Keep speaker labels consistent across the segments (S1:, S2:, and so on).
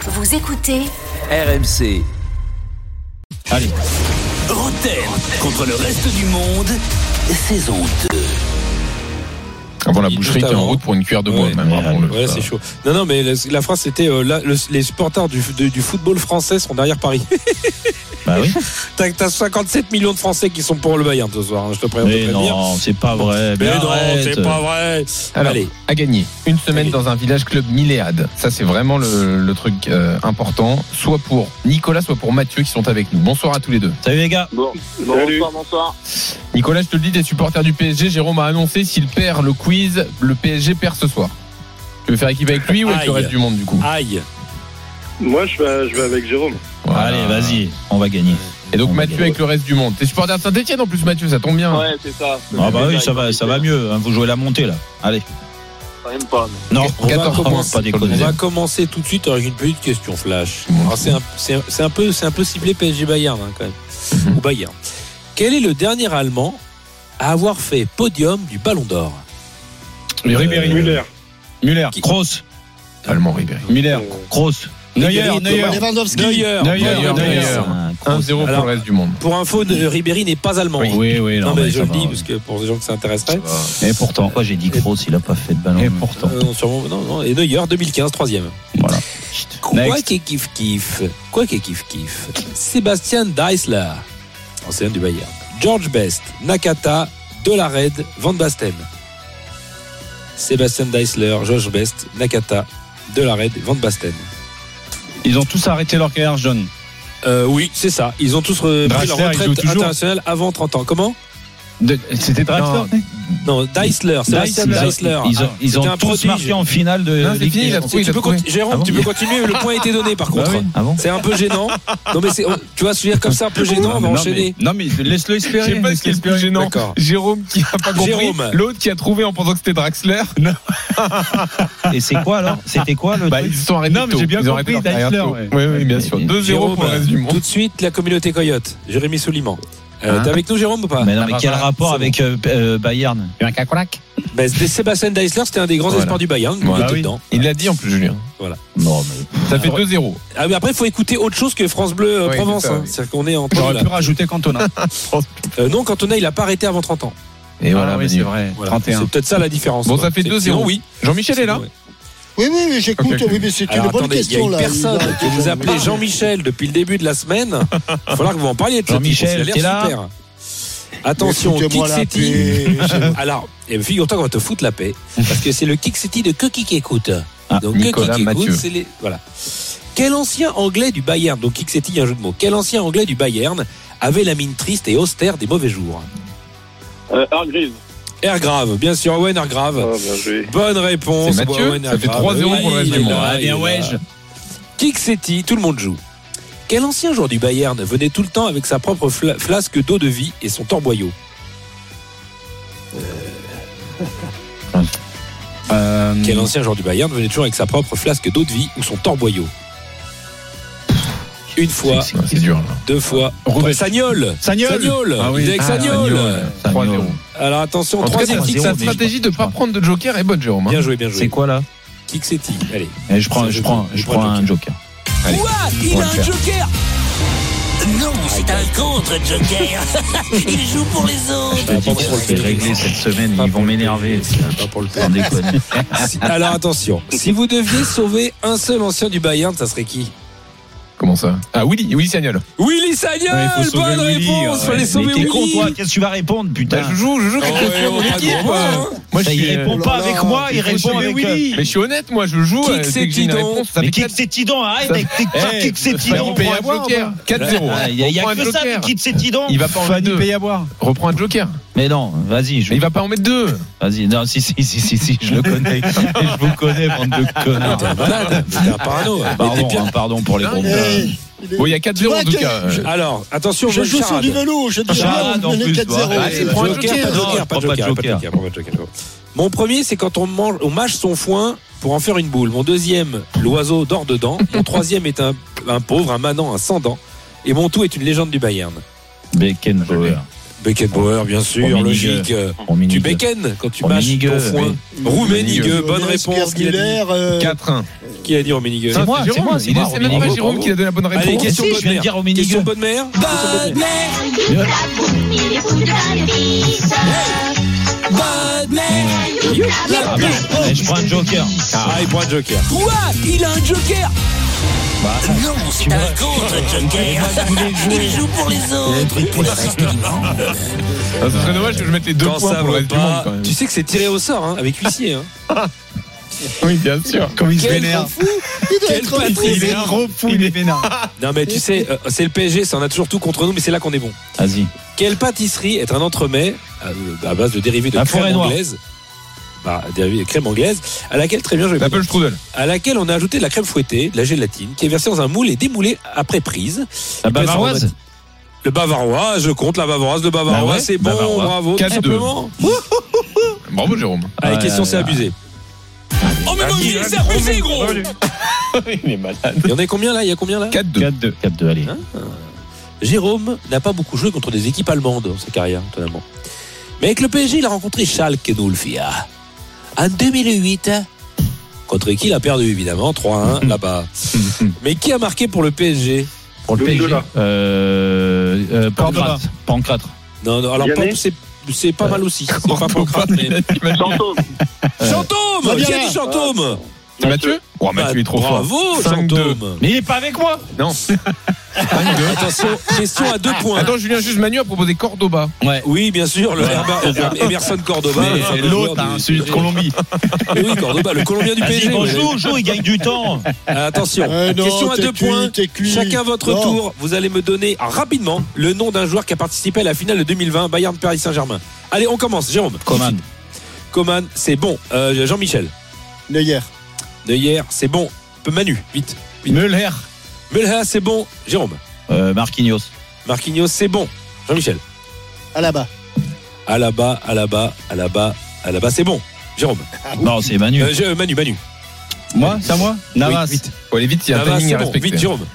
S1: Vous écoutez
S2: RMC.
S3: Allez,
S4: Rotten contre le reste du monde, saison 2.
S5: Avant la
S3: Il dit
S5: boucherie
S3: tout
S5: qui est en
S3: avant.
S5: route pour une cuillère de bois.
S3: Ouais,
S5: même,
S3: ouais,
S5: avant le-
S3: Ah, ouais, c'est chaud. Non, non, mais la, la phrase c'était euh, là, le- les supporters du, du- du football français sont derrière Paris.
S6: Bah oui.
S3: T'as t'as 57 millions de Français qui sont pour le Bayern ce soir. hein, je te préviens.
S6: Mais non, c'est pas vrai.
S3: Mais non,
S6: arrête.
S3: c'est pas vrai.
S5: Alors,
S3: Allez.
S5: à gagner. Une semaine
S3: Allez.
S5: dans un village club milléade. Ça, c'est vraiment le, le truc euh, important. Soit pour Nicolas, soit pour Mathieu qui sont avec nous. Bonsoir à tous les deux.
S6: Salut les gars.
S7: Bon, bonsoir, bonsoir.
S5: Nicolas, je te le dis, des supporters du PSG, Jérôme a annoncé s'il perd le quiz, le PSG perd ce soir. Tu veux faire équipe avec lui ou avec le
S3: Aïe. Ah,
S5: reste du monde du coup
S3: Aïe.
S7: Moi, je vais, je vais avec Jérôme.
S5: Voilà.
S6: Allez, vas-y, on va gagner.
S5: Et donc
S6: On va
S5: Mathieu
S6: gagner.
S5: avec le reste du monde. T'es supporter de Saint-Etienne en plus Mathieu, ça tombe bien.
S7: Ouais, c'est ça.
S6: Ah bah oui, ça va, ça va mieux. hein, Vous jouez la montée là. Allez.
S7: Quand même pas.
S6: Non,
S3: On va
S5: 14
S6: vraiment
S3: commencer.
S6: pas
S3: On
S6: déconner.
S3: va commencer tout de suite avec une petite question flash.
S5: Mmh.
S3: Alors, C'est un, c'est un- c'est un peu, c'est un peu ciblé PSG Bayern hein, quand
S6: Mmh.
S3: même. Ou Bayern. Quel est le dernier Allemand à avoir fait podium du Ballon d'Or
S6: Euh,
S7: Müller.
S6: Müller. Kroos.
S5: Allemand Ribéry.
S6: Müller. Kroos. Neuer.
S3: Ribéry,
S6: Neuer.
S3: Lewandowski.
S5: Neuer, Hein Neuer.
S6: Ah, Kroos.
S5: 1-0 pour
S3: Hein Alors-
S5: le reste du monde.
S3: Pour info, de- Ribéry n'est pas allemand.
S6: Oui, oui,
S3: Non,
S6: non,
S3: mais
S6: mais
S3: je
S6: ça
S3: le
S6: va,
S3: dis
S6: ouais.
S3: parce que pour les gens que ça intéresserait.
S6: Et pourtant, pourquoi j'ai dit Kroos, il a pas fait de ballon.
S5: Et
S6: pourtant.
S3: Euh, non, sûrement- non, non. Et Neuer, 2015, troisième.
S6: Voilà.
S3: Quoi qu'il kiffe kiffe, quoi qu'il kiffe kiffe, Sébastien Deisler, ancien du Bayern, George Best, Nakata, Delared, Van Basten. Sébastien Deisler, George Best, Nakata, Delared, Van Basten.
S6: Ils ont tous arrêté leur carrière jeune.
S3: Euh, oui, c'est ça. Ils ont tous repris
S6: Draxler,
S3: leur
S6: il joue
S3: retraite
S6: toujours
S3: internationale avant 30 ans. Comment
S6: De- C'était
S5: Non,
S6: Draxler
S3: Non, Deisler, Sébastien
S6: Ils ont-
S3: Deisler.
S6: Ils ont,
S3: Ah,
S6: ils ont
S3: c'était un
S6: tous
S3: prodige.
S6: marqué en finale de
S5: Non, c'est
S6: Ligue
S5: fini,
S6: des
S5: il a
S6: Champions.
S5: trouvé,
S3: Tu
S5: il a
S3: peux
S5: trouvé.
S3: con- Jérôme,
S6: Ah bon
S3: tu peux continuer, le point a été donné par contre.
S6: Bah oui. Ah bon
S3: C'est un peu gênant. Non, mais c'est, on- tu vas se dire comme ça, un peu gênant, on va
S6: Non, mais-
S3: enchaîner.
S6: Non mais laisse-le
S5: Je sais
S6: espérer.
S5: pas ce
S6: laisse-le
S5: qui est le plus
S6: espérer.
S5: gênant.
S3: D'accord.
S5: Jérôme qui a pas compris.
S3: Jérôme.
S5: L'autre qui a trouvé en pensant que c'était Draxler.
S6: Et c'est quoi alors C'était quoi le
S5: Bah,
S6: truc
S5: ils se sont arrêtés.
S6: Non, mais
S5: tôt.
S6: j'ai bien
S5: Ils ont arrêté
S6: compris,
S5: leur carrière
S6: Draxler,
S5: tôt. Oui, oui, bien
S6: Mais-
S5: sûr.
S6: mais-
S5: 2-0 pour le reste du
S3: Tout
S5: monde.
S3: de suite, la communauté Coyote. Jérémy Souliman. Euh,
S5: Hein
S3: T'es avec nous, Jérôme, ou pas
S6: Mais non,
S5: Ah,
S6: mais
S5: bah,
S6: quel
S5: voilà,
S6: rapport
S5: c'est
S6: avec euh, euh, Bayern
S5: Un cacolac.
S3: Bah, c'est- Sébastien Deisler, c'était un des grands
S5: Voilà.
S3: espoirs du Bayern. Il
S5: Voilà.
S3: était
S5: Ah oui.
S3: dedans.
S5: Il l'a dit en plus, Julien.
S6: Non, mais
S5: Ça fait 2-0.
S3: Ah oui, après, il faut écouter autre chose que France Bleu euh,
S5: Oui,
S3: Provence.
S5: c'est ça,
S3: hein.
S5: oui.
S3: C'est-à-dire qu'on est en train de-
S6: rajouter Cantona.
S3: Euh, Non, Cantona, il a pas arrêté avant 30 ans.
S5: Et voilà, Manu.
S6: vrai.
S3: Voilà. C'est peut-être ça la différence.
S5: Bon,
S3: quoi.
S5: ça fait
S3: C'est-
S5: 2-0,
S3: c'est-
S5: oui. Jean-Michel est là.
S3: Ouais.
S8: Oui, oui, oui, j'écoute.
S5: Ok, ok.
S8: Oui, mais c'est une
S3: Alors,
S8: bonne
S3: attendez, il y a
S8: question.
S3: une
S8: là.
S3: personne
S8: Il y a-
S3: qui vous appelait Jean-Michel depuis le début de la semaine. Il va falloir que vous en parliez de ce
S6: Jean-Michel,
S3: type, parce qu'il
S6: t'es
S3: a l'air
S6: là
S3: super. Attention,
S8: Mais foutez-moi la
S3: Kick
S8: paix, j'ai-
S3: Alors, eh, figure-toi qu'on va te foutre la paix, parce que c'est le Kick City de Koki qui écoute. Donc Koki
S5: Ah, Nicolas
S3: qui écoute,
S5: Mathieu.
S3: c'est les. Voilà. Quel ancien anglais du Bayern, donc Kick City, il y a un jeu de mots, quel ancien anglais du Bayern avait la mine triste et austère des mauvais jours
S7: Euh, Hargreaves.
S3: Air grave, bien sûr, Owen Air grave.
S7: Ah, bien joué.
S3: Bonne réponse.
S5: C'est Mathieu,
S3: Owen
S5: ça fait
S3: Agra.
S5: 3-0
S3: Oui,
S5: pour le reste
S3: il
S5: du
S3: est
S5: monde.
S3: là,
S6: Ah,
S3: il est
S6: bien,
S3: là.
S6: ouais. je-
S3: Kick City, tout le monde joue. Quel ancien joueur du Bayern venait tout le temps avec sa propre fla- flasque d'eau de vie et son torboyau
S6: Euh,
S3: Quel
S6: Hmm.
S3: ancien joueur du Bayern venait toujours avec sa propre flasque d'eau de vie ou son torboyau Une fois,
S5: Ouais, C'est dur, là.
S3: deux fois.
S6: Robert.
S3: Sagnol
S6: Sagnol.
S3: Il est avec
S5: Ah,
S3: Sagnol.
S5: Sagnol. 3-0.
S3: Alors attention,
S5: En tout cas,
S3: troisième
S5: ta-
S3: kick.
S6: zéro,
S5: ta
S6: mais je
S5: stratégie
S6: crois-
S5: de ne pas
S6: je
S5: prendre de joker est bonne, Jérôme. hein.
S3: Bien joué, bien
S6: C'est
S3: joué.
S6: quoi là
S3: Kick City, allez.
S6: Eh, Je prends,
S3: C'est
S6: je
S3: le
S6: prends,
S3: jeu.
S6: je
S3: Je prends
S6: prends
S3: le
S6: un joker.
S5: Allez.
S1: Il
S5: On
S1: a
S5: va
S1: un
S5: le faire.
S1: joker
S4: Non, c'est un contre-joker. Il joue pour les autres.
S6: Je te dis que
S3: pour le
S6: c'est
S3: PSG.
S6: réglé cette semaine,
S3: Pas
S6: ils
S3: pour
S6: vont
S3: le
S6: m'énerver.
S3: PSG, pas pour le PSG.
S6: Sans déconner.
S3: Si- Ah. Alors attention, si vous deviez sauver un seul ancien du Bayern, ça serait qui
S5: Comment ça Ah, Willy, Willy Sagnol.
S3: Willy
S5: Eh,
S3: Sagnol
S6: Ouais, il faut sauver
S3: Bonne
S6: Willy,
S3: réponse
S6: ouais.
S3: Fallait sauver
S6: Mais t'es
S3: Willy
S6: con, toi, qu'est-ce que tu vas répondre,
S5: Bah,
S6: putain
S5: je joue, je joue quelque
S3: Oh, ouais,
S5: chose
S3: on
S5: mon
S3: va
S5: équipe.
S3: dire,
S5: moi.
S3: hein.
S5: Moi, je
S6: Ça, Il
S5: suis.
S6: répond
S8: Oh là
S6: pas
S8: là,
S6: avec moi, il
S5: il faut
S6: répond
S5: sauver
S6: avec.
S5: Willy. Mais je suis honnête, moi, je joue.
S3: Kick,
S5: euh, dès que
S3: c'est
S5: j'ai une
S3: Tidon.
S5: réponse, ça
S6: Mais
S5: fait
S6: qui que
S5: quatre- Eh,
S6: c'est Tidon Arrête
S5: Ça-
S6: avec tes qui que c'est Tidon
S5: Fallait payer un joker. 4-0.
S6: Ah, Il y a- il y
S5: Reprends
S6: a
S5: un
S6: que ça,
S5: joker.
S6: qui que c'est Tidon
S5: Il va pas en mettre deux.
S6: à boire.
S5: Reprends un joker.
S6: Mais non, vas-y, je
S5: Mais il va pas en mettre deux.
S6: Vas-y, non, si, si, si, si, si, je le connais. je vous connais, bande de
S3: Ah, T'es un
S6: connards.
S3: malade, mais t'es un parano. mais t'es
S6: Pardon,
S3: pire.
S6: hein, pardon pour les
S5: Non,
S6: gros
S5: mais-
S6: plats.
S1: Eh,
S8: Hey, il est-
S5: Bon, il y a 4-0 en
S8: Tu
S5: tout
S8: vois
S5: cas.
S8: que-
S5: Euh,
S3: Alors, attention,
S8: Je
S3: je
S8: joue sur
S3: charade.
S8: du vélo, je dis
S6: Charade,
S8: vélo,
S6: en
S8: vous menez
S6: plus,
S8: 4-0.
S6: bah,
S5: allez,
S8: Ouais.
S5: prends un
S3: Ah, Joker,
S5: joker.
S3: pas de
S6: Non,
S3: joker,
S6: je prends
S3: pas de joker, pas de joker, pas de joker. Mon premier, c'est quand on, mange, on mâche son foin pour en faire une boule. Mon deuxième, l'oiseau dort dedans. Mon troisième est un, un pauvre, un manant, un sans dents. Et mon tout est une légende du Bayern.
S6: Beckenbauer.
S3: Beckenbauer, bien sûr,
S6: Rummenigge.
S3: logique.
S6: Rummenigge.
S3: Tu becken quand tu mâches
S6: Rummenigge,
S3: ton foin.
S6: oui.
S3: Rummenigge, bonne
S8: Jonas
S3: réponse. qu'il a dit.
S8: Gerbuller, euh,
S5: 4-1.
S3: qui a dit en mini
S6: C'est
S5: Jérôme,
S6: moi, c'est moi, c'est
S5: il est-
S6: moi,
S5: c'est même pas
S3: Rominigue.
S5: Jérôme qui a donné la bonne réponse.
S3: Allez,
S6: Mais
S3: question
S6: si,
S3: bonne
S6: je viens de
S3: mère.
S6: dire au mini
S3: Question bonne mère.
S4: Bonne mère, bonne mère.
S6: Ah bah, allez, je prends un joker.
S3: Ah, il prend un joker.
S4: Quoi Il a un joker
S6: Bah,
S4: Non, c'est un contre-joker. Il joue pour les autres. Il pour
S5: Ah, Ce serait dommage que je mette les deux
S3: Quand
S5: points
S3: ça
S5: pour le
S3: va
S5: reste du monde
S3: pas.
S5: quand même.
S3: Tu sais que c'est tiré au sort, hein, avec huissier. Hein.
S5: Oui, bien sûr.
S6: comme il se
S3: Quel
S6: vénère.
S3: Quel
S6: Il est
S3: Patrice
S6: un gros fou, il est vénère.
S3: Non, mais tu sais, euh, c'est le PSG, ça en a toujours tout contre nous, mais c'est là qu'on est bon.
S6: Vas-y.
S3: Quelle pâtisserie est un entremets euh, à- à base de dérivés de
S6: La forêt
S3: crème
S6: noire.
S3: anglaise bah, dérivés de crème anglaise, à laquelle très bien je vais
S5: L'Apple Strudel.
S3: à laquelle on a ajouté de la crème fouettée, de la gélatine, qui est versée dans un moule et démoulée après prise.
S6: La
S3: Il peut être
S6: bavaroise
S3: Le bavarois, je compte la bavaroise, le bavarois,
S6: Bah ouais,
S3: c'est bon,
S6: Bavarois.
S3: bravo, tout
S5: 4-2.
S3: simplement.
S5: Bravo Jérôme.
S3: Allez,
S6: Ouais,
S3: question, c'est
S6: ouais.
S3: abusé.
S4: Oh, mais moi, c'est abusé, gros
S6: Il est malade.
S3: Il y en a combien là Il y a combien là
S5: 4-2.
S6: 4-2. 4-2, allez.
S3: Hein Jérôme n'a pas beaucoup joué contre des équipes allemandes dans sa carrière, étonnamment. Mais avec le PSG, il a rencontré Schalke 04. En 2008, contre qui il a perdu évidemment, 3-1 là-bas. Mais qui a marqué pour le PSG
S6: Pour le
S7: Le
S6: PSG.
S7: Dola.
S6: Euh, euh, Pancrate. Pancrate.
S3: Non, non, alors
S7: Yanné
S3: Pamp, c'est- c'est
S6: Euh,
S3: pas mal aussi. C'est pas Pancrate, mais-
S7: Fantôme.
S6: Euh,
S3: Chantôme Qui a dit
S6: Ah,
S3: Chantôme
S5: C'est Mathieu Oh,
S3: Bah,
S5: Mathieu il est trop fort.
S3: Bravo,
S5: 5-2.
S3: Chantôme
S6: Mais il est pas avec moi
S5: Non. 5-2.
S3: Attention, question à deux points.
S5: Attends, Julien, juste Manu a proposé Cordoba.
S6: Ouais.
S3: Oui, bien sûr, le Herba- Emerson Cordoba. le fameux joueur
S6: L'autre,
S3: du-
S6: hein, celui de Colombie.
S3: Eh oui, Cordoba, le Colombien du
S6: Vas-y,
S3: PSG.
S6: bon,
S3: ouais.
S6: joue, joue, il gagne du temps.
S3: Ah, Attention,
S1: Eh non,
S3: question à
S1: t'es
S3: deux
S1: cuit,
S3: points.
S1: t'es cuit.
S3: Chacun votre
S1: Non.
S3: tour. Vous allez me donner ah, rapidement le nom d'un joueur qui a participé à la finale de 2020 Bayern Paris Saint-Germain. Allez, on commence. Jérôme.
S6: Coman.
S3: Coman, c'est bon. Euh, Jean-Michel.
S1: Neuer.
S3: Neuer, c'est bon. Manu, vite. vite.
S6: Müller.
S3: Mulha, c'est bon. Jérôme.
S6: Euh, Marquinhos.
S3: Marquinhos, c'est bon. Jean-Michel.
S1: Alaba.
S3: Alaba, Alaba, Alaba, Alaba, c'est bon. Jérôme.
S6: Non, c'est Manu.
S3: Euh, je- euh, Manu, Manu.
S6: moi, c'est à moi Navas.
S3: Oui, vite.
S5: Faut aller vite, il y a un
S3: Navas,
S5: timing
S3: c'est
S5: à
S3: bon. Vite,
S5: respecter.
S3: Jérôme.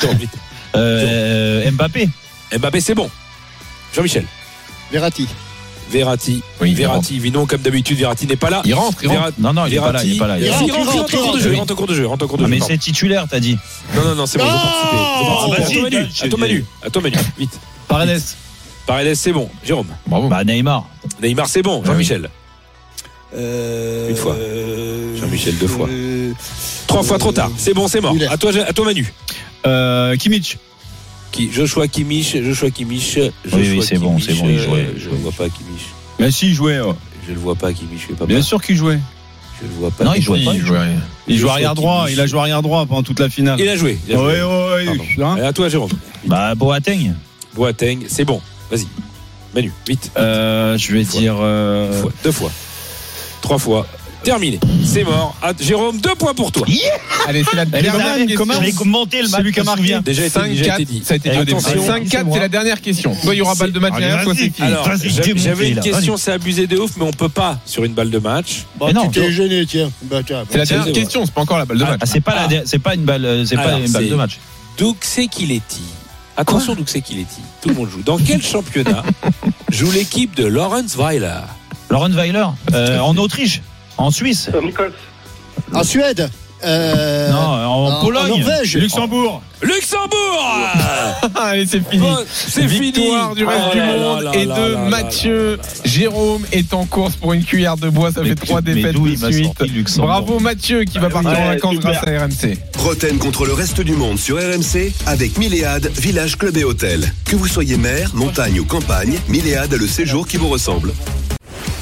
S3: Jérôme, vite.
S6: Euh, Mbappé.
S3: Mbappé, c'est bon. Jean-Michel.
S1: Verratti.
S3: Verratti.
S5: Oui,
S3: Verratti, Vinon, comme d'habitude, Verratti n'est pas là.
S5: Il rentre, il rentre.
S3: Verratti-
S6: Non, non, Ah, il est pas là, il est pas là. il est
S3: Verratti-
S6: pas
S3: Il
S6: là.
S3: rentre, il rentre, il rentre, il rentre, il rentre, il rentre, il rentre, au cours de jeu, il rentre au cours de jeu, il rentre au cours de
S6: Ah,
S3: jeu.
S6: mais
S3: pardon.
S6: c'est titulaire, t'as dit.
S3: Non, non, non, c'est bon, ils ont
S1: Non
S3: participé. Ils
S1: Oh
S3: ont participé.
S6: Vas-y,
S3: À toi, Manu, à toi, Manu, à toi, Manu, vite.
S6: Paredes.
S3: Paredes, c'est bon. Jérôme.
S5: Bravo.
S6: Bah, Neymar.
S3: Neymar, c'est bon.
S5: Ah
S3: Jean-Michel.
S1: Euh,
S3: Une fois.
S1: euh,
S3: Jean-Michel, deux fois.
S1: euh,
S3: Trois fois trop tard. C'est bon, c'est mort.
S1: Müller.
S3: À toi, à toi, Manu.
S6: Euh, Kimmich.
S3: Qui Joshua Kimmich, Joshua Kimmich. Joshua
S6: oui, c'est bon,
S3: Kimmich,
S6: c'est bon, il
S3: euh,
S6: jouait, il
S3: Je
S6: jouait.
S3: ne vois pas Kimmich.
S6: Mais si, il jouait. euh,
S3: Je le vois pas, Kimmich. Je ne pas.
S6: Bien
S3: mal.
S6: sûr qu'il jouait.
S3: Je le vois pas.
S6: Non, il jouait
S5: Oui,
S6: pas.
S5: il jouait.
S6: Il joue
S3: Joshua
S6: arrière droit.
S3: Kimmich.
S6: Il a joué arrière droit pendant toute la finale.
S3: Il a joué. il a
S6: Ouais,
S3: joué.
S6: Ah ouais, hein. ouais.
S3: Allez, à toi, Jérôme.
S6: Bah, Boateng.
S3: Boateng, c'est bon. Vas-y. Manu, vite.
S6: Euh, je vais
S3: Une fois.
S6: dire. euh,
S3: Une fois, deux fois. Trois fois. Terminé. C'est mort. Ah, Jérôme, deux points pour toi.
S5: Allez, c'est la
S3: Eh,
S6: Elle est
S5: dernière
S6: arrivée,
S5: question.
S6: comment Je vais commenter le
S5: C'est
S6: match.
S5: Lucas
S6: je me
S5: Marquez.
S6: souviens.
S3: Déjà été, dit, déjà été dit.
S5: 5-4, ça a été dit au début.
S3: Attention.
S5: 5-4, c'est la dernière question. Soit il y aura balle de match
S6: Allez,
S5: derrière, soit
S6: vas-y.
S5: c'est fini.
S3: Ah, Alors,
S6: Vas-y,
S3: j'a-
S6: démonter,
S3: j'avais une
S6: là,
S3: question, c'est abusé de ouf, mais on peut pas sur une balle de match.
S1: Bon,
S6: Mais non.
S1: Bah, tu t'es gêné, tiens. Bah, tiens.
S5: C'est la
S3: c'est
S5: dernière
S3: vrai.
S5: question, c'est pas encore la balle de
S6: Ah,
S5: match.
S6: c'est pas, la
S3: Ah.
S6: dé- c'est pas une balle, euh, c'est pas
S3: Alors,
S6: une
S3: c'est-
S6: balle de match.
S3: Duxekileti. Attention Duxekileti, tout le monde joue. Dans quel championnat joue l'équipe de Lawrence Weiler
S6: Laurent Weiler, euh, en Autriche, en Suisse,
S7: Euh, Nicolas.
S1: En Suède. Euh,
S6: non, en
S1: en- en
S6: Pologne,
S1: Norvège.
S6: Luxembourg.
S3: Luxembourg
S5: Allez, c'est fini.
S3: Bon, C'est fini
S5: Victoire du reste
S3: Oh
S5: du
S3: là là
S5: monde
S3: là
S5: et
S3: là
S5: de
S3: là là
S5: Mathieu.
S3: là là là.
S5: Jérôme est en course pour une cuillère de bois. Ça
S6: Mais
S5: fait trois
S6: mais
S5: défaites
S6: d'où
S5: de
S6: il m'a
S5: suite.
S6: sorti Luxembourg Bah
S5: Bravo Mathieu qui va partir en
S7: ouais,
S5: vacances
S7: super.
S5: grâce à RMC.
S2: Roten contre le reste du monde sur RMC avec Milléade, village, club et hôtel. Que vous soyez mer, montagne ou campagne, Milléade a le séjour qui vous ressemble.